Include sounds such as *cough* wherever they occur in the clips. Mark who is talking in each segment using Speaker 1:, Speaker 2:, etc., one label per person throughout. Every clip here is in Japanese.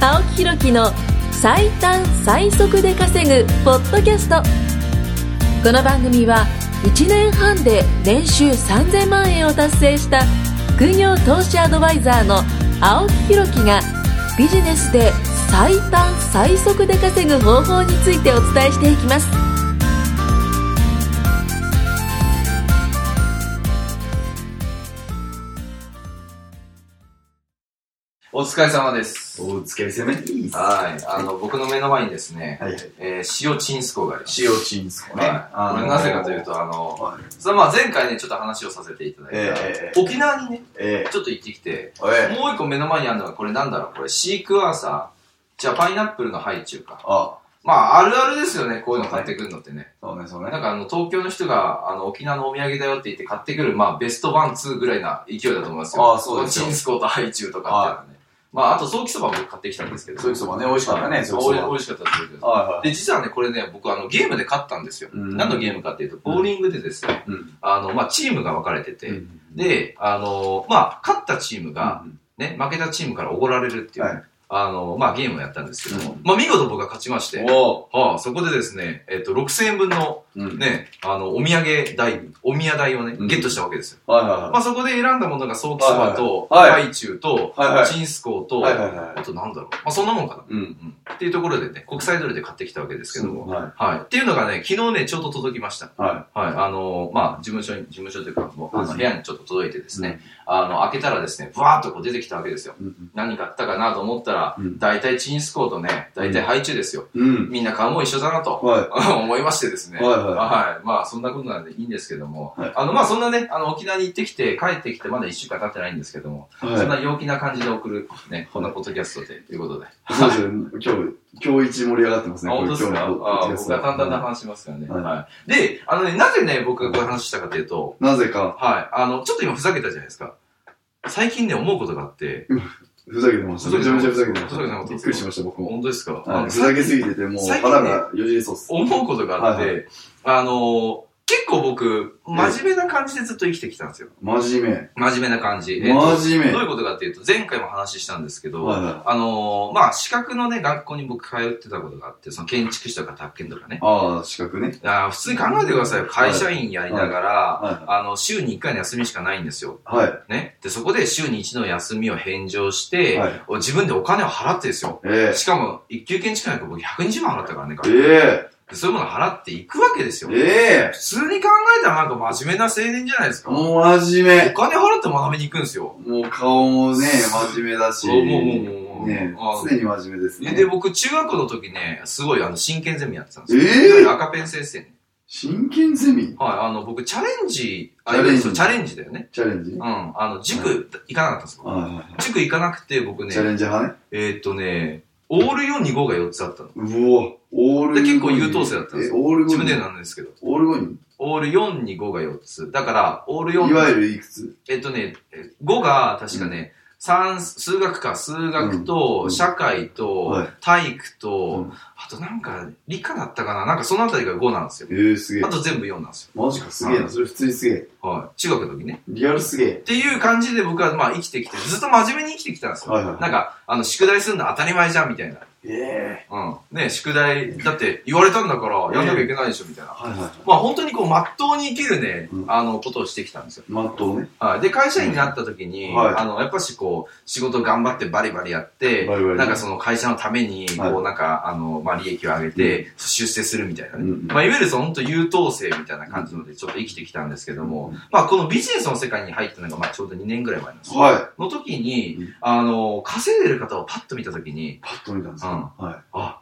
Speaker 1: 青木ひろきの最短最速で稼ぐポッドキャストこの番組は1年半で年収3000万円を達成した副業投資アドバイザーの青木ひろきがビジネスで最短最速で稼ぐ方法についてお伝えしていきます
Speaker 2: お疲れ様です。
Speaker 3: お疲れ様です。
Speaker 2: はい。あの、僕の目の前にですね、
Speaker 3: はいはい。
Speaker 2: えー、塩チンスコがあります。
Speaker 3: 塩チンスコね。
Speaker 2: はい。これなぜかという
Speaker 3: と。
Speaker 2: と、あの、
Speaker 3: はい
Speaker 2: それはまあ前回ね、ちょっと話をさせていただいた、
Speaker 3: ええ
Speaker 2: 沖縄にね、
Speaker 3: ええ
Speaker 2: ちょっと行ってきて、
Speaker 3: ええ
Speaker 2: もう一個目の前にあるのが、これなんだろう、これ、シークワーサー。じゃあ、パイナップルのハイチュウか。
Speaker 3: あ、
Speaker 2: まあ、あるあるですよね、こういうの買ってくるのってね。
Speaker 3: そうね、そうね
Speaker 2: なん。か、あの、東京の人が、あの、沖縄のお土産だよって言って買ってくる、まあ、ベストワン、ツーぐらいな勢いだと思いますよ。
Speaker 3: あそうですよ
Speaker 2: このチンスコとハイチュウとかっていうのね。まあ、あと、ソーキそばも買ってきたんですけど。
Speaker 3: ソーキそばね、美味しかったね、ソーキそば。
Speaker 2: 美味しかったですけど。
Speaker 3: はいはい。
Speaker 2: で、実はね、これね、僕あの、ゲームで勝ったんですよ。
Speaker 3: うん
Speaker 2: 何のゲームかっていうと、ボーリングでですね、
Speaker 3: うん。
Speaker 2: あの、まあ、チームが分かれてて、
Speaker 3: うん、
Speaker 2: で、あの、まあ、勝ったチームが、
Speaker 3: うん
Speaker 2: ね、負けたチームからおごられるっていう、
Speaker 3: はい
Speaker 2: あの、まあ、ゲームをやったんですけども、
Speaker 3: うん
Speaker 2: まあ、見事僕が勝ちまして、
Speaker 3: お
Speaker 2: はあ、そこでですね、えっと、6000円分の
Speaker 3: ーうん。
Speaker 2: ね、あの、お土産代、お宮代をね
Speaker 3: う、ん
Speaker 2: ゲットしたわけですよ。
Speaker 3: はいは
Speaker 2: まあ、そこで選んだものが、ソーキそばと、
Speaker 3: はいは
Speaker 2: ハ
Speaker 3: い
Speaker 2: イチュウと
Speaker 3: はいは、い
Speaker 2: チンスコーと、
Speaker 3: いはい。はいはいは
Speaker 2: あとなんだろう。まあ、そんなもんかな。
Speaker 3: い。うん。
Speaker 2: っていうところでね、国際ドルで買ってきたわけですけども。
Speaker 3: は
Speaker 2: はい。っていうのがね、昨日ね、ちょうど届きました。
Speaker 3: い。は
Speaker 2: はい。あのーまあ、事務所に、事務所というか、もう、あの、
Speaker 3: うん
Speaker 2: 部屋にちょっと届いてですね、あの、開けたらですね、ブワーっとこう出てきたわけですよ。
Speaker 3: い。うん。
Speaker 2: 何買ったかなと思ったら
Speaker 3: う、ん
Speaker 2: 大体チンスコーとね、大体ハイチュウですよ。
Speaker 3: うん。
Speaker 2: みんな顔も一緒だなと、 *laughs*
Speaker 3: は
Speaker 2: 思いましてです
Speaker 3: い。
Speaker 2: ね。
Speaker 3: はいは
Speaker 2: はい。まあ、そんなことなんでいいんですけども
Speaker 3: はい、
Speaker 2: あの、まあ、そんなね、あの、沖縄に行ってきて、帰ってきて、まだ一週間経ってないんですけども、
Speaker 3: い。
Speaker 2: そん
Speaker 3: は
Speaker 2: な陽気な感じで送る、ね、こんなポッドキャストで、ということで。
Speaker 3: い。そうですよね。今日、今日一盛り上がってますね、
Speaker 2: あ本当ですか
Speaker 3: これ今日
Speaker 2: あ
Speaker 3: の
Speaker 2: 僕は淡々な話しますからね。
Speaker 3: はい
Speaker 2: はい。で、あのね、なぜね、僕がこういう話したかというと、
Speaker 3: なぜか、
Speaker 2: はい、あの、ちょっと今ふざけたじゃないですか。最近ね、思うことがあって、
Speaker 3: ふざけてました。めちゃめちゃふざけてま
Speaker 2: ふざけてます
Speaker 3: した。びっくりしました、僕も。
Speaker 2: 本当ですか、あ
Speaker 3: は
Speaker 2: の
Speaker 3: いふざけすぎてて、もう腹がよじれそうっす。
Speaker 2: 思うことがあって、
Speaker 3: はい
Speaker 2: あの、結構僕、真面目な感じでずっと生きてきたんですよ。
Speaker 3: 真面
Speaker 2: 真面目な感じ。
Speaker 3: 目。
Speaker 2: えっと
Speaker 3: 真面目。
Speaker 2: どういうことかっていうと、前回も話したんですけど、
Speaker 3: はいはい
Speaker 2: あのまあ、資格のね、学校に僕通ってたことがあって、その建築士とか宅建とかね。
Speaker 3: ああ、資格ね。
Speaker 2: あー普通に考えてくださいよ。会社員やりながら、
Speaker 3: は
Speaker 2: あの、週に1回の休みしかないんですよ。
Speaker 3: い。はい。
Speaker 2: ね。で、そこで週に1の休みを返上して、
Speaker 3: はい
Speaker 2: 自分でお金を払ってですよ。
Speaker 3: ええ
Speaker 2: しかも、一級建築なんか僕120万払ったからね、学校
Speaker 3: え
Speaker 2: でそういうもの払っていくわけですよ。
Speaker 3: え
Speaker 2: 普
Speaker 3: ええ
Speaker 2: 通に考えたらなんか真面目な青年じゃないですか。お
Speaker 3: もう真面
Speaker 2: 金払って学びに行くんですよ。
Speaker 3: 目。もう顔もね、真面目だし。
Speaker 2: そうもうもうもうもう
Speaker 3: ね
Speaker 2: あの
Speaker 3: 常に真面目ですね。
Speaker 2: で、僕、中学校の時ね、すごい、あの、真剣ゼミやってたんですよ。
Speaker 3: ええ
Speaker 2: 赤ペン先生ね。
Speaker 3: 真剣ゼミ
Speaker 2: はい、あの、僕、チャレンジ、あ
Speaker 3: チャレンジ
Speaker 2: そうチャレンジだよね。
Speaker 3: チャレンジ
Speaker 2: うん。あの、塾行かなかったんですよ。
Speaker 3: はいはいは
Speaker 2: 塾行かなくて、僕
Speaker 3: い。
Speaker 2: ね
Speaker 3: チ、ャレンジ派ね。
Speaker 2: えーっとね、オール425が4つあったの。
Speaker 3: うおオール
Speaker 2: で結構優等生だったんです
Speaker 3: え、オール
Speaker 2: 自
Speaker 3: 5
Speaker 2: 分で
Speaker 3: 人。
Speaker 2: なんですけど。
Speaker 3: オール5
Speaker 2: オール425が4つ。だから、オール
Speaker 3: 人。いわ
Speaker 2: 4、
Speaker 3: ゆるいくつ
Speaker 2: えーっとね、5が確かね、算数学か、数学
Speaker 3: う
Speaker 2: と、
Speaker 3: ん
Speaker 2: 社会と
Speaker 3: はい、
Speaker 2: 体育
Speaker 3: う
Speaker 2: と
Speaker 3: ん、
Speaker 2: あとなんか、理科だったかななんかそのあたりが5なんですよ。
Speaker 3: ええ、すげえ
Speaker 2: あ。と全部4なんですよ。
Speaker 3: マジか、すげえ
Speaker 2: は
Speaker 3: な。それ普通にすげえ。
Speaker 2: はい。中学の時ね。
Speaker 3: リアルすげえ
Speaker 2: っ。ていう感じで僕はまあ生きてきて、ずっと真面目に生きてきたんですよ。
Speaker 3: はいはい
Speaker 2: なんか、あの、宿題するの当たり前じゃん、みたいな。
Speaker 3: ええ。
Speaker 2: うん。ね、宿題、だって言われたんだから、やんなきゃいけないでしょ、みたいな。
Speaker 3: はいはい。
Speaker 2: まあ本当にこう、まっとうに生きるね、
Speaker 3: うん
Speaker 2: あの、ことをしてきたんですよ。
Speaker 3: まっとうね。
Speaker 2: はい。で、会社員になった時に、
Speaker 3: はい
Speaker 2: あの、やっぱしこう、仕事頑張ってバリバリやって、
Speaker 3: バリバリね
Speaker 2: なんかその会社のために、こう、
Speaker 3: はい
Speaker 2: なんか、あの、まあ利益を上げて、出世するみたいな
Speaker 3: う
Speaker 2: ね。
Speaker 3: ん
Speaker 2: まあ、いわゆるその本当優等生みたいな感じので、ちょっと生きてきたんですけども、まあ、このビジネスの世界に入ったのが、まあ、ちょうど2年ぐらい前なんですよ
Speaker 3: はい。
Speaker 2: の時に、
Speaker 3: うん
Speaker 2: あの、稼いでる方をパッと見た時に、
Speaker 3: パッと見たんですよ。はい。
Speaker 2: あ、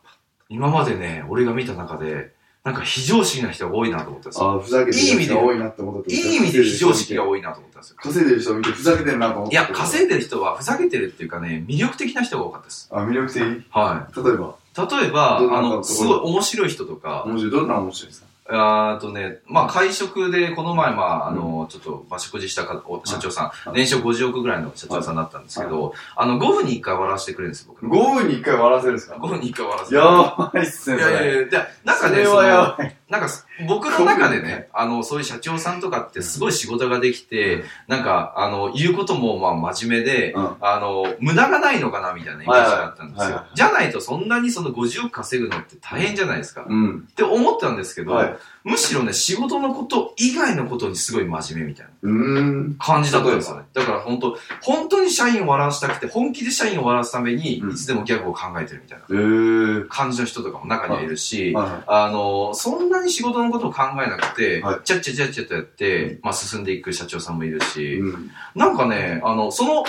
Speaker 2: 今までね、俺が見た中で、なんか非常識な人が多いなと思ったんですよ。
Speaker 3: ああ、ふざけてる人が多いなって思った
Speaker 2: いい意味で非常識が
Speaker 3: い。
Speaker 2: 多いなと思ったんですよ。
Speaker 3: 稼いでる人を見てふざけてるなと思っ
Speaker 2: い
Speaker 3: た
Speaker 2: や、稼いでる人はふざけてるっていうかね、魅力的な人が多かったです。
Speaker 3: あ、魅力的
Speaker 2: は
Speaker 3: 例えば、
Speaker 2: い。例えば、
Speaker 3: どんな
Speaker 2: あ
Speaker 3: とこ
Speaker 2: の、
Speaker 3: ろ
Speaker 2: すごい面白い人とか、
Speaker 3: 面白い。どんな面白いですか
Speaker 2: あーとね、まあ、会食で、この前、まあ、あの、ちょっと、まあ、食事したかお社長さん、
Speaker 3: はい
Speaker 2: 年商50億ぐらいの社長さんだったんですけど、あの、5分に1回笑わせてくれるんです、僕
Speaker 3: ?5
Speaker 2: の。
Speaker 3: 分に1回笑わせるんですか
Speaker 2: 5分に1回笑わせてくれる
Speaker 3: やばいっすね、
Speaker 2: いやいやい
Speaker 3: そ
Speaker 2: や、でなんか
Speaker 3: れ。そ
Speaker 2: ね、
Speaker 3: れ
Speaker 2: そ
Speaker 3: は
Speaker 2: の
Speaker 3: やばい。
Speaker 2: なんか僕の中でね、あの、そういう社長さんとかってすごい仕事ができて、なんか、あの、言うこともまあ真面目で、
Speaker 3: うん
Speaker 2: あの、無駄がないのかなみたいなイメージだったんです
Speaker 3: はいは
Speaker 2: よ。じゃないとそんなにその50億稼ぐのって大変じゃないですか。っ
Speaker 3: うん。
Speaker 2: て思ったんですけど、
Speaker 3: はい。
Speaker 2: むしろね、仕事のこと以外のことにすごい真面目みたいな
Speaker 3: うーん。
Speaker 2: 感じだったんですよね。だから本当、本当に社員を笑わせたくて、本気で社員を笑わすために、い
Speaker 3: うん
Speaker 2: つでもギャグを考えてるみたいな
Speaker 3: えー。
Speaker 2: 感じの人とかも中にはいるし、
Speaker 3: は
Speaker 2: あの、そんなに仕事のことを考えなくて、
Speaker 3: はい
Speaker 2: ちゃっちゃちゃっちゃとやって、まあ進んでいく社長さんもいる
Speaker 3: い。
Speaker 2: し、
Speaker 3: うん。
Speaker 2: なんかね、あの、その、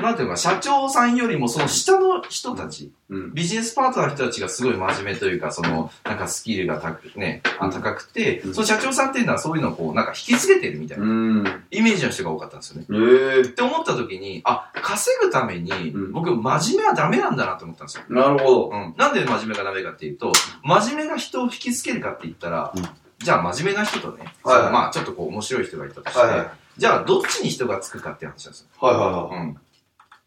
Speaker 2: なんていうか、社長さんよりもその下の人たち、
Speaker 3: うん。
Speaker 2: ビジネスパートナーの人たちがすごい真面目というか、その、なんかスキルが高く,、ね、あ
Speaker 3: うん
Speaker 2: 高くて、
Speaker 3: うん
Speaker 2: その社長さんっていうのはそういうのをこう、なんか引き継げてるみたいな
Speaker 3: うん。え
Speaker 2: イメージの人が多かったんですよね。
Speaker 3: ー。
Speaker 2: って思った時に、あ、稼ぐために
Speaker 3: う、ん
Speaker 2: 僕、真面目はダメなんだなと思ったんですよ。
Speaker 3: なるほど。
Speaker 2: うん。なんで真面目がダメかっていうと、真面目な人を引きつけるかって言ったら、
Speaker 3: うん
Speaker 2: じゃあ真面目な人とね、
Speaker 3: はい
Speaker 2: そのまあちょっとこう面白い人がいたとして、
Speaker 3: はいはい。はい
Speaker 2: じゃあどっちに人がつくかって話なんですよ。
Speaker 3: は
Speaker 2: うん。っ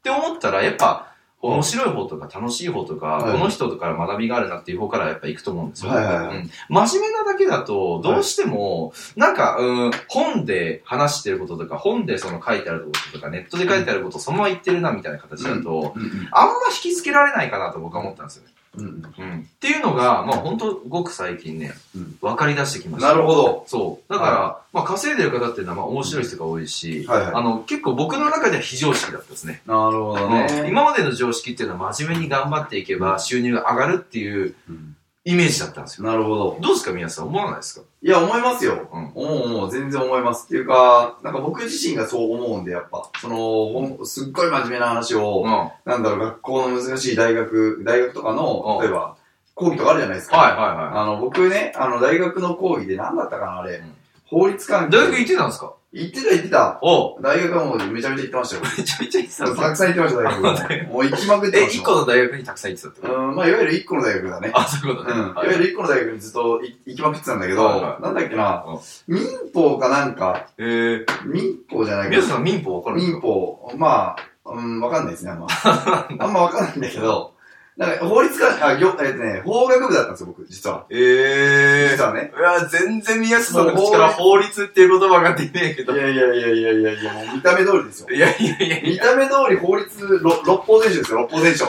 Speaker 2: て思ったら、やっぱ、
Speaker 3: うん
Speaker 2: 面白い方とか楽しい方とか、
Speaker 3: はい
Speaker 2: この人とから学びがあるなっていう方からやっぱ行くと思うんです
Speaker 3: い
Speaker 2: よ。
Speaker 3: はい。はいはいは
Speaker 2: う
Speaker 3: い。
Speaker 2: ん真面目なだけだと、どうしても、なんか、うん、本で話してることとか、本でその書いてあることとか、ネットで書いてあることをそのまま言ってるな、みたいな形だと、
Speaker 3: うん
Speaker 2: あんま引きつけられないかなと僕は思ったんですよね。
Speaker 3: うん。
Speaker 2: うん。っていうのが、まあ本当ごく最近ね
Speaker 3: うん、
Speaker 2: 分かり出してきました。
Speaker 3: なるほど。
Speaker 2: そう。だから、まあ稼いでる方っていうのは、まあ面白い人が多いし、
Speaker 3: はいはい
Speaker 2: あの、結構僕の中では非常識だったですね。
Speaker 3: なるほど
Speaker 2: ね
Speaker 3: ね。
Speaker 2: 今までの常識っていうのは真面目に頑張っていけば収入が上がるっていう
Speaker 3: うん
Speaker 2: イメージだったんですよ。
Speaker 3: なるほど。
Speaker 2: どうですか皆さん思わないですか
Speaker 3: いや、思いますよ。
Speaker 2: うん
Speaker 3: 思う思う、全然思います。っていうか、なんか僕自身がそう思うんで、やっぱ、その、ほんすっごい真面目な話
Speaker 2: うん。
Speaker 3: を、
Speaker 2: はい
Speaker 3: なんだろう、学校の難しい大学、大学とか
Speaker 2: う
Speaker 3: の
Speaker 2: ん、
Speaker 3: 例えば、講義とかあるじゃないですか。
Speaker 2: はいは
Speaker 3: あの、僕ね、あの、大学の講義で何だったかな、あれ。
Speaker 2: うん
Speaker 3: 法律関
Speaker 2: い。
Speaker 3: 係。
Speaker 2: 大学行ってたんですか
Speaker 3: 行ってた、行ってた。
Speaker 2: おう。
Speaker 3: 大学はもうめちゃめちゃ行って
Speaker 2: *laughs*
Speaker 3: ましたよ。
Speaker 2: めちゃめちゃ行ってたんです
Speaker 3: た
Speaker 2: か
Speaker 3: くさん行ってまし
Speaker 2: *laughs*
Speaker 3: た、大学も。もう行きまくって
Speaker 2: え、
Speaker 3: まし
Speaker 2: 一
Speaker 3: た
Speaker 2: 個。の大学にたくさん行ってたってこと
Speaker 3: うん、まあ、いわゆる一個の大学だね。
Speaker 2: あ、そういうこと
Speaker 3: う
Speaker 2: ね。
Speaker 3: ん。い
Speaker 2: は
Speaker 3: わ
Speaker 2: い
Speaker 3: ゆる一個の大学にずっとい行きまくってたんだけど、
Speaker 2: はいはい
Speaker 3: なんだっけな、民法かなんか、
Speaker 2: えー、
Speaker 3: 民法じゃないけ
Speaker 2: 皆
Speaker 3: ど、
Speaker 2: さん民法わかるんです
Speaker 3: 民
Speaker 2: か法
Speaker 3: 法、まあ、うん、わかんないですね、あんま。 *laughs* あんまわかんないんだけど、なんか法律か、あ、行、えっとね、法学部だったんですよ、僕、実は。
Speaker 2: えー。
Speaker 3: 実はね。
Speaker 2: いや、全然宮下さんの口から法律っていう言葉が出ねえけ
Speaker 3: い
Speaker 2: ど。い
Speaker 3: やいやいやいやいやいや、もう見た目通りですよ。
Speaker 2: やいやいやい
Speaker 3: 見た目通り法律、ろ六法全書ですよ、六法 *laughs* 全書。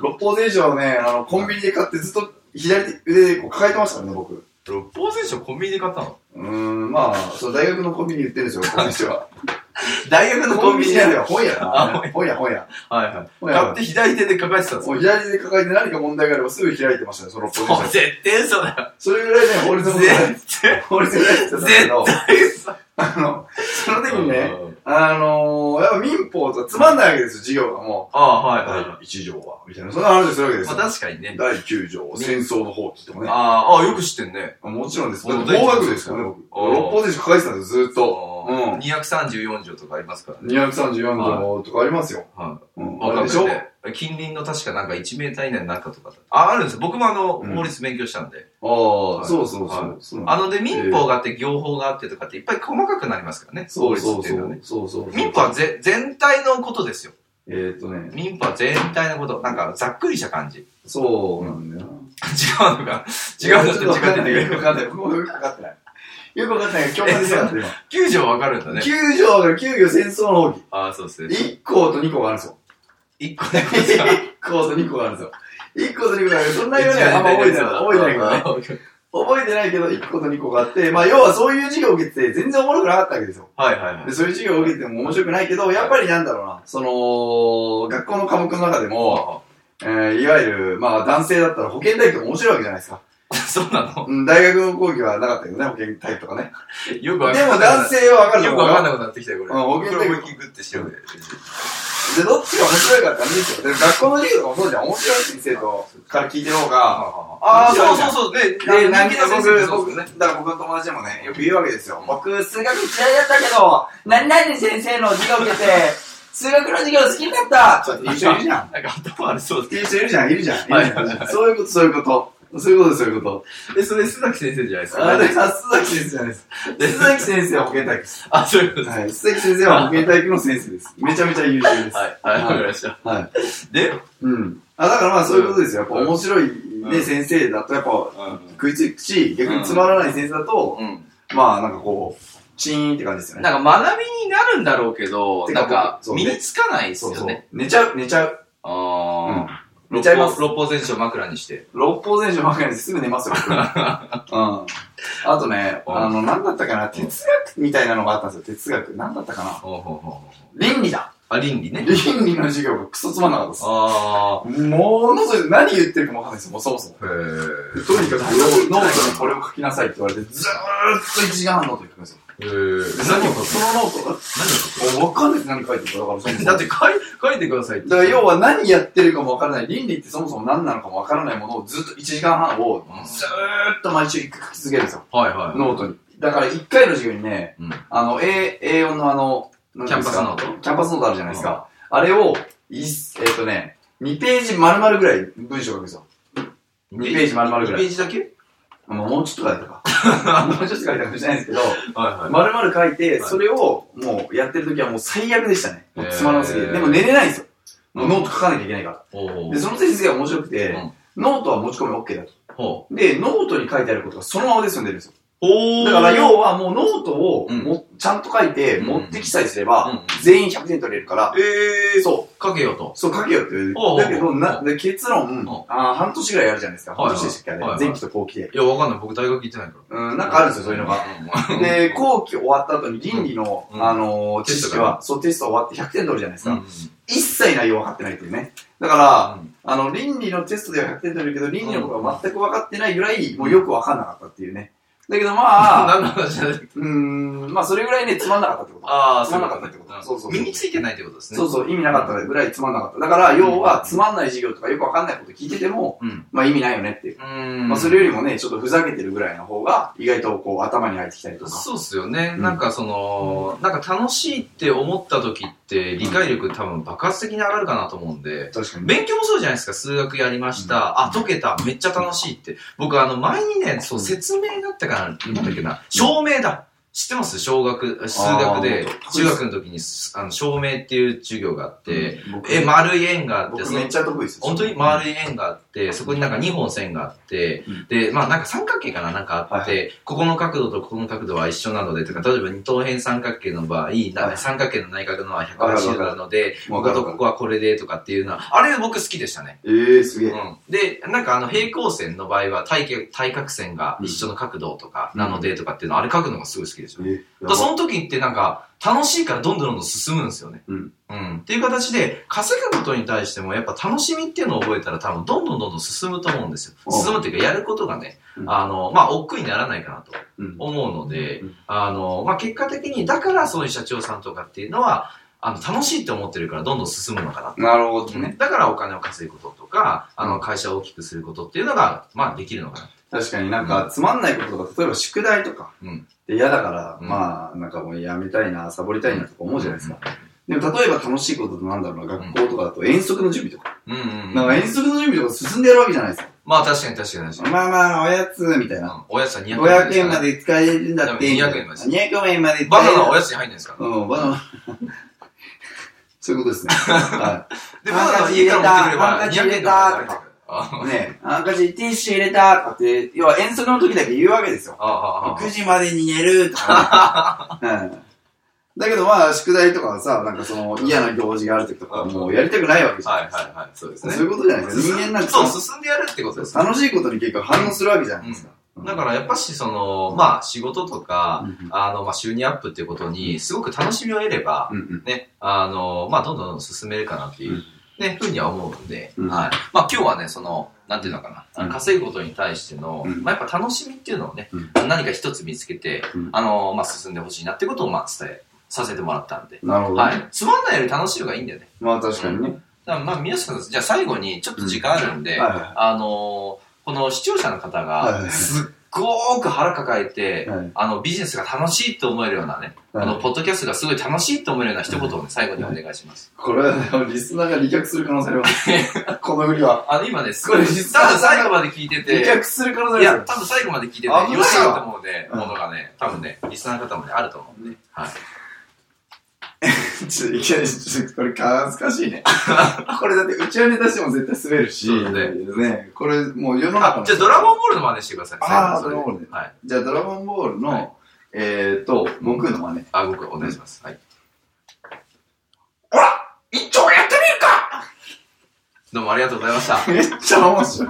Speaker 3: 六法全書をね、あの、コンビニで買ってずっと左手腕でこう抱えてましたからね、僕。う
Speaker 2: や。六法全書コンビニで買ったの
Speaker 3: ーん、まあ、そう、大学のコンビニで売ってるんですよ、六法全書は。
Speaker 2: 大学のコンビニで。
Speaker 3: あ
Speaker 2: はい
Speaker 3: るよ、本屋
Speaker 2: あ
Speaker 3: だな。本屋、本屋。
Speaker 2: は
Speaker 3: 本
Speaker 2: い。
Speaker 3: 屋
Speaker 2: 買って左手で抱えてたんです
Speaker 3: も
Speaker 2: よ。
Speaker 3: う左手で抱えて何か問題があればすぐ開いてましたね、その六
Speaker 2: も
Speaker 3: 法
Speaker 2: う
Speaker 3: 全書。
Speaker 2: 絶対嘘だよ。
Speaker 3: それぐらいね、法律の問題、
Speaker 2: 絶対
Speaker 3: 法律の問題だったんだけど、
Speaker 2: 嘘。
Speaker 3: あの、その時にね、。あのー、やっぱ民法とかつまんないわけですよ、授業がも
Speaker 2: ああ、は
Speaker 3: う。
Speaker 2: いはいは
Speaker 3: 第1条は、みたいな、そんな話をするわけで
Speaker 2: い。
Speaker 3: す
Speaker 2: ま
Speaker 3: よ
Speaker 2: あ。確かにね。
Speaker 3: 第9条、戦争の放棄とかね。
Speaker 2: ああ、ああ、よく知ってんね。
Speaker 3: もちろんです。
Speaker 2: も
Speaker 3: 法
Speaker 2: う大学
Speaker 3: 学
Speaker 2: 生
Speaker 3: 部
Speaker 2: で
Speaker 3: ですす
Speaker 2: か
Speaker 3: からら
Speaker 2: ね
Speaker 3: ね、
Speaker 2: あー
Speaker 3: 僕。六法全書書いてたんですよ、ずっと。う
Speaker 2: うん
Speaker 3: ん。
Speaker 2: 234条とかありますからね。
Speaker 3: 234条とかありますよ。
Speaker 2: は
Speaker 3: うん。
Speaker 2: わ
Speaker 3: あ
Speaker 2: か
Speaker 3: れ
Speaker 2: んな
Speaker 3: でしょ
Speaker 2: いね。近隣の確かなんか1メーター以内の中とかだあ、あるんですよ。僕もあの、
Speaker 3: うん
Speaker 2: 法律勉強したんで。
Speaker 3: あ
Speaker 2: はい
Speaker 3: あ、そうそうそ
Speaker 2: は
Speaker 3: う。そうな
Speaker 2: あ
Speaker 3: んで
Speaker 2: の、で、民法があって、行法があってとかって、いっぱい細かくなりますからね。
Speaker 3: す、そ
Speaker 2: 法
Speaker 3: う
Speaker 2: 律
Speaker 3: そ
Speaker 2: っ
Speaker 3: う
Speaker 2: ていうのは
Speaker 3: そう
Speaker 2: ね。。
Speaker 3: そうそう。
Speaker 2: 民法はぜ全体のことですよ。
Speaker 3: えーっとね、
Speaker 2: 民法は全体のこと。なんか、ざっくりした感じ。違
Speaker 3: そうなんだよな。
Speaker 2: うのが、違うの
Speaker 3: ち
Speaker 2: と
Speaker 3: ょっとわ
Speaker 2: 違
Speaker 3: か
Speaker 2: っ
Speaker 3: ん
Speaker 2: て
Speaker 3: ない。
Speaker 2: て
Speaker 3: よ
Speaker 2: く
Speaker 3: く
Speaker 2: れる。
Speaker 3: わかんない。僕もよくわかってない。よくわかってない。共感できなかった今。
Speaker 2: 9条わかるんだね。
Speaker 3: 9条が9条戦争の放棄。
Speaker 2: ああ、そうですね。
Speaker 3: 1項と2項があるんですよ。
Speaker 2: 1個だけですか。
Speaker 3: 1項と2項があるんですよ。1項と2項がある。そんなようにはあんま覚えてない。覚えてないけ
Speaker 2: *laughs*
Speaker 3: どね。
Speaker 2: けどね。
Speaker 3: 覚えてないけど、1個と2個があって、まあ、要はそういう授業を受けてて、全然おもろくなかったわけですよ。
Speaker 2: はいはいはい
Speaker 3: で、。そういう授業を受けても面白くないけど、やっぱりなんだろうな、その、学校の科目の中でも、えー、いわゆる、まあ、男性だったら保健体育とか面白いわけじゃないですか。
Speaker 2: そうなの
Speaker 3: うん、大学の講義はなかったけどね、保健体育とかね。
Speaker 2: よくわかん
Speaker 3: で
Speaker 2: ない。
Speaker 3: も男性はわかると
Speaker 2: よく
Speaker 3: 思う
Speaker 2: わかんなくなってきたよ、これ。
Speaker 3: うん
Speaker 2: こ
Speaker 3: 僕
Speaker 2: れ思いっきりグッてしてるね。
Speaker 3: で、どっちが面白いかって話ですよ。で、学校の授業とかもそうじゃん。面白い先生と、から聞いてる方が、
Speaker 2: ああ、そうそうそう。ね、
Speaker 3: で、
Speaker 2: ね
Speaker 3: なん
Speaker 2: 人間
Speaker 3: か
Speaker 2: の先生
Speaker 3: 僕、
Speaker 2: そう
Speaker 3: 僕、
Speaker 2: ですね
Speaker 3: だから僕の友達でもね、よく言うわけですよ。僕、数学嫌いだったけど、何々先生の授業受けて、数学の授業好きになったちょっと一緒いるじゃん。っ
Speaker 2: なんか頭悪そう
Speaker 3: ていう人いるじゃん、いるじゃん。
Speaker 2: はい
Speaker 3: いるじゃんそういうこと、そういうこと。そういうことです、そういうこと。
Speaker 2: で。え、それ、須崎先生じゃないです
Speaker 3: あ
Speaker 2: か。
Speaker 3: れ、あ須崎先生じゃないです。須崎先生は保健体育です。
Speaker 2: あ、そういうことです。
Speaker 3: はい。須崎先生は保健体育の先生です。めちゃめちゃ優秀です。
Speaker 2: はい。はい、わかりました。
Speaker 3: はい。
Speaker 2: で、
Speaker 3: うん。あ、だからまあそういうことですよ。やっぱ面白い
Speaker 2: うん
Speaker 3: ね、先生だと、やっぱ、
Speaker 2: うん
Speaker 3: 食いつくし、逆につまらない先生だと、
Speaker 2: うん。
Speaker 3: まあなんかこう、チーンって感じですよね。
Speaker 2: なんか学びになるんだろうけど、
Speaker 3: てか
Speaker 2: なんか
Speaker 3: そう
Speaker 2: 身につかないです
Speaker 3: そう
Speaker 2: よ
Speaker 3: そう
Speaker 2: ね。。
Speaker 3: 寝ちゃう、寝ちゃう。
Speaker 2: ああ。
Speaker 3: 寝ちゃいます。
Speaker 2: 六方全書を枕にして。
Speaker 3: 六方全書ばっかりですぐ寝ますよ、 *laughs* 僕うん。あとね、あの、なんだったかな、哲学みたいなのがあったんですよ、哲学。なんだったかな。
Speaker 2: ほうほうほうほう
Speaker 3: 倫理だ
Speaker 2: あ、倫理ね。
Speaker 3: 倫理の授業がクソつまんなかったです。
Speaker 2: あ
Speaker 3: ものすごい、何言ってるかもわかんないですよ、もうそもそも。
Speaker 2: あ。へえ。
Speaker 3: とにかく、ノートにこれを書きなさいって言われて、ずーっと1時間半ノートに書くんですよ。
Speaker 2: へえ。何
Speaker 3: 何
Speaker 2: を
Speaker 3: を
Speaker 2: 書く
Speaker 3: そのノートが
Speaker 2: 何を書
Speaker 3: もうわかんないです、何書いてるか。だからそもそ
Speaker 2: く
Speaker 3: も、
Speaker 2: だって書い書いてくださいって。
Speaker 3: だから要は何やってるかもわからない、倫理ってそもそも何なのかもわからないものをずっと1時間半をずーっと毎週書き続けるんですよ、
Speaker 2: はいはい。
Speaker 3: ノートに。だから1回の授業にね、
Speaker 2: うん
Speaker 3: あの、A、A4 のあの、なんていうんですか
Speaker 2: キャンパスノート
Speaker 3: キャンパスノートあるじゃないですか。あれを、いっえっ、とね、2ページ丸々ぐらい文章書くんですよ。2ページ丸々ぐら
Speaker 2: 2ペー
Speaker 3: い。
Speaker 2: ジだけ
Speaker 3: まあもうちょっと書いたか。 *laughs* もうちょっと書いたかもしれないですけど、
Speaker 2: はいはい。
Speaker 3: 丸々書いて、
Speaker 2: はい
Speaker 3: それをもうやってる時はもう最悪でしたね。もうつまらなすぎ
Speaker 2: へ
Speaker 3: て。
Speaker 2: ー
Speaker 3: でも寝れないんですよ。もうノート書かなきゃいけないから。
Speaker 2: おお
Speaker 3: で、その先生が面白くて、
Speaker 2: うん
Speaker 3: ノートは持ち込み OK だと。
Speaker 2: ほ
Speaker 3: で、ノートに書いてあることがそのままで済んでるんですよ。
Speaker 2: う。ほ
Speaker 3: だから要はもうノートをも、ちゃんと書いて
Speaker 2: うん
Speaker 3: 持ってきさえすれば、
Speaker 2: うんうん
Speaker 3: 全員100点取れるから、
Speaker 2: ええー、
Speaker 3: そう。
Speaker 2: 書けよと。
Speaker 3: そう書けよって言
Speaker 2: おうお
Speaker 3: う。
Speaker 2: う
Speaker 3: だけど、な、で結論
Speaker 2: ん、
Speaker 3: あー半年ぐらいやるじゃないですか。
Speaker 2: はいはい
Speaker 3: 半年でしたっけ
Speaker 2: はいは
Speaker 3: あ
Speaker 2: い
Speaker 3: れ前期と後期で。
Speaker 2: いや、わかんない。僕大学行ってないか
Speaker 3: うん、
Speaker 2: ら。
Speaker 3: なんかあるんですよ、そういうのが。
Speaker 2: が
Speaker 3: で、後期終わった後に倫理の、
Speaker 2: うん
Speaker 3: あのー
Speaker 2: テス
Speaker 3: 知
Speaker 2: トが
Speaker 3: 識は、そう、テスト終わって100点取るじゃないですか。
Speaker 2: うん。
Speaker 3: 一切内容分かってないっていうね。だから、あの、倫理のテストでは100点取れるけど、倫理のことは全く分かってないぐらい、もうよく分かんなかったっていうね。
Speaker 2: *laughs*
Speaker 3: だけどまあ、
Speaker 2: 何の話だっけ
Speaker 3: うーん、まあそれぐらいね、つまんなかったってこと。
Speaker 2: ああ、
Speaker 3: つまんなかったってこと
Speaker 2: そ
Speaker 3: そうう
Speaker 2: そ
Speaker 3: そうう
Speaker 2: 身
Speaker 3: そう
Speaker 2: についてないってことですね。
Speaker 3: そうそう、意味なかったぐらいつまんなかった。だから、要は、つまんない授業とかよく分かんないこと聞いてても、
Speaker 2: うん。
Speaker 3: まあ意味ないよねっていう。
Speaker 2: うーん。
Speaker 3: まあそれよりもね、ちょっとふざけてるぐらいの方が、意外とこう頭に入ってきたりとか。
Speaker 2: そうっすよね。
Speaker 3: うん
Speaker 2: なんかその、なんか楽しいって思った時って、理解力多分爆発的に上がるかなと思うんで、
Speaker 3: 確かに。
Speaker 2: 勉強もそうじゃないですか。数学やりました。あ、解けた。めっちゃ楽しいって。僕、あの、前にね、そう、説明だったかな。なんだっけな。証明だ。知ってます小学、数学で
Speaker 3: あー、
Speaker 2: 中学の時に、あの、証明っていう授業があって、
Speaker 3: 僕、
Speaker 2: え、丸い円があって、
Speaker 3: 僕
Speaker 2: その
Speaker 3: めっちゃ得意ですよ。
Speaker 2: 本当に丸い円があって、そこになんか2本線があって
Speaker 3: うん、
Speaker 2: で、まあなんか三角形かななんかあっ
Speaker 3: は
Speaker 2: て、ここの角度とここの角度は一緒なので、とか、例えば二等辺三角形の場合、な三角形の内角のは180度なので、
Speaker 3: わ
Speaker 2: こ
Speaker 3: か
Speaker 2: こと
Speaker 3: るわか
Speaker 2: こ
Speaker 3: る。
Speaker 2: こはこれでとかっていうのは、あれ僕好きでしたね。
Speaker 3: ええー、すげえ。
Speaker 2: うんで、なんかあの平行線の場合は対角対角線が一緒の角度とかなのでとかっていうの、あれ書くのがすごい好きでした。
Speaker 3: えー
Speaker 2: だからその時ってなんか、楽しいからどんどんどんどん進むんですよね。
Speaker 3: うん。
Speaker 2: っていう形で、稼ぐことに対しても、やっぱ楽しみっていうのを覚えたら多分、どんどんどんどん進むと思うんですよ。
Speaker 3: ああ
Speaker 2: 進むっていうか、やることがね、
Speaker 3: うん
Speaker 2: あの、まあ、億劫にならないかなと
Speaker 3: うん
Speaker 2: 思うので、
Speaker 3: うん
Speaker 2: あの、まあ、結果的に、だからそういう社長さんとかっていうのは、あの、楽しいって思ってるから、どんどん進むのかな。
Speaker 3: なるほどね。
Speaker 2: だからお金を稼ぐこととか、あ
Speaker 3: う
Speaker 2: の、
Speaker 3: ん
Speaker 2: 会社を大きくすることっていうのが、まあ、できるのかな。
Speaker 3: 確かになんかつまんないこととか、例えば宿題とか、
Speaker 2: うん
Speaker 3: で嫌だから、
Speaker 2: うん
Speaker 3: まあなんかもうやめたいな、サボりたいなとか思うじゃないですか。でも例えば楽しいこととなんだろうな、学校とかだと遠足の準備とか。
Speaker 2: うんうん
Speaker 3: なん
Speaker 2: うん。
Speaker 3: か遠足の準備とか進んでやるわけじゃないですか。
Speaker 2: まあ、確かに確かに確かに。
Speaker 3: まあまあ、おやつ、みたいな。
Speaker 2: うんおやつは200円
Speaker 3: 500円ま
Speaker 2: で
Speaker 3: で使えるんだって。
Speaker 2: でも200円まで
Speaker 3: 200円まです使える。
Speaker 2: から。バナナはおやつに入んないですから。
Speaker 3: うん、バナナ。そういうことですね。は
Speaker 2: で、バナナ家から持ってくれば、200円とかで食べてくれるあ
Speaker 3: い。ね、ハンカチにティッシュ入れたとかって、要は遠足の時だけ言うわけですよ。
Speaker 2: あ、ああ、あ
Speaker 3: 9時までに寝るとか、ねうんだけどまあ、宿題とかはさ、なんかその嫌な行事がある時とかはもうやりたくないわけじ
Speaker 2: あ。
Speaker 3: ゃ
Speaker 2: は
Speaker 3: ないいですか。
Speaker 2: はいはい、そうですね。
Speaker 3: そういうことじゃないですか。人間なんか
Speaker 2: そう、進んでやるってことです。
Speaker 3: 楽しいことに結構反応するわけじゃないですか。
Speaker 2: だからやっぱし、その、まあ、仕事とか、
Speaker 3: うん
Speaker 2: あの、まあ、収入アップっていうことに、すごく楽しみを得れば、
Speaker 3: うんうん
Speaker 2: ね、あの、まあ、どんどんどんどん進めるかなっていう、ね、ふうには思うんで、
Speaker 3: うん
Speaker 2: はい。まあ、今日はね、その、なんていうのかな、あの
Speaker 3: うん
Speaker 2: 稼ぐことに対しての、
Speaker 3: うん
Speaker 2: まあ、やっぱ楽しみっていうのをね、
Speaker 3: うん
Speaker 2: 何か一つ見つけて
Speaker 3: うん、
Speaker 2: あの、まあ、進んでほしいなってことを、まあ、伝えさせてもらったんで、
Speaker 3: なるほどね。
Speaker 2: はい。つまんないより楽しい方がいいんだよね。
Speaker 3: まあ確かにね。
Speaker 2: だからまあ皆さん、じゃあ最後にちょっと時間あるんで、
Speaker 3: はいは
Speaker 2: あのーこの視聴者の方
Speaker 3: はい
Speaker 2: が
Speaker 3: は、い
Speaker 2: すっごく腹抱えて、
Speaker 3: はい
Speaker 2: あの、ビジネスが楽しいと思えるようなね、
Speaker 3: はい
Speaker 2: あの、ポッドキャストがすごい楽しいと思えるような一言をね、最後にお願いします。
Speaker 3: これはでもリスナーが離却する可能性あ
Speaker 2: *laughs*
Speaker 3: ります。この売りは。
Speaker 2: あの、今ね、すごい、
Speaker 3: こ
Speaker 2: 多分
Speaker 3: れ実は
Speaker 2: 最後まで聞いて
Speaker 3: 離
Speaker 2: て、
Speaker 3: 却する可能性あ
Speaker 2: い
Speaker 3: りま
Speaker 2: や、
Speaker 3: す。
Speaker 2: 多分最後まで聞いてて、
Speaker 3: 危ないわ
Speaker 2: よしよと思うね、
Speaker 3: うん
Speaker 2: ものがね、多分ね、リスナーの方もね、あると思うんで、はい。
Speaker 3: ちょっといきなり、ちょっとこれ恥ずかしいね。 *laughs* これだって、うちはネタしても絶対滑るし、
Speaker 2: そうだね
Speaker 3: ねこれもう世の中
Speaker 2: あ
Speaker 3: の。
Speaker 2: じゃあドラゴンボールの真似してください。
Speaker 3: あー
Speaker 2: 最後にそれで
Speaker 3: ド
Speaker 2: はい。
Speaker 3: じゃあドラゴンボールの、
Speaker 2: はい
Speaker 3: えーっと、悟空の真似。
Speaker 2: あ、僕お願いします。はい。
Speaker 3: ほら一丁やって
Speaker 2: どうもありがとうございました。
Speaker 3: み *laughs* るめっちゃ面白い。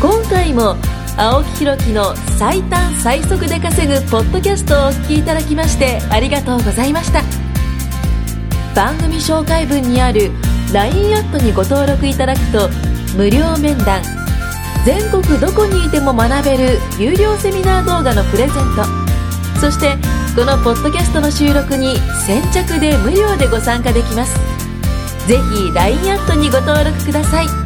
Speaker 1: 今回も青木ひろきの最短最速で稼ぐポッドキャストをお聞きいただきましてありがとうございました番組紹介文にある LINE アットにご登録いただくと無料面談全国どこにいても学べる有料セミナー動画のプレゼントそしてこのポッドキャストの収録に先着で無料でご参加できますぜひ LINE アットにご登録ください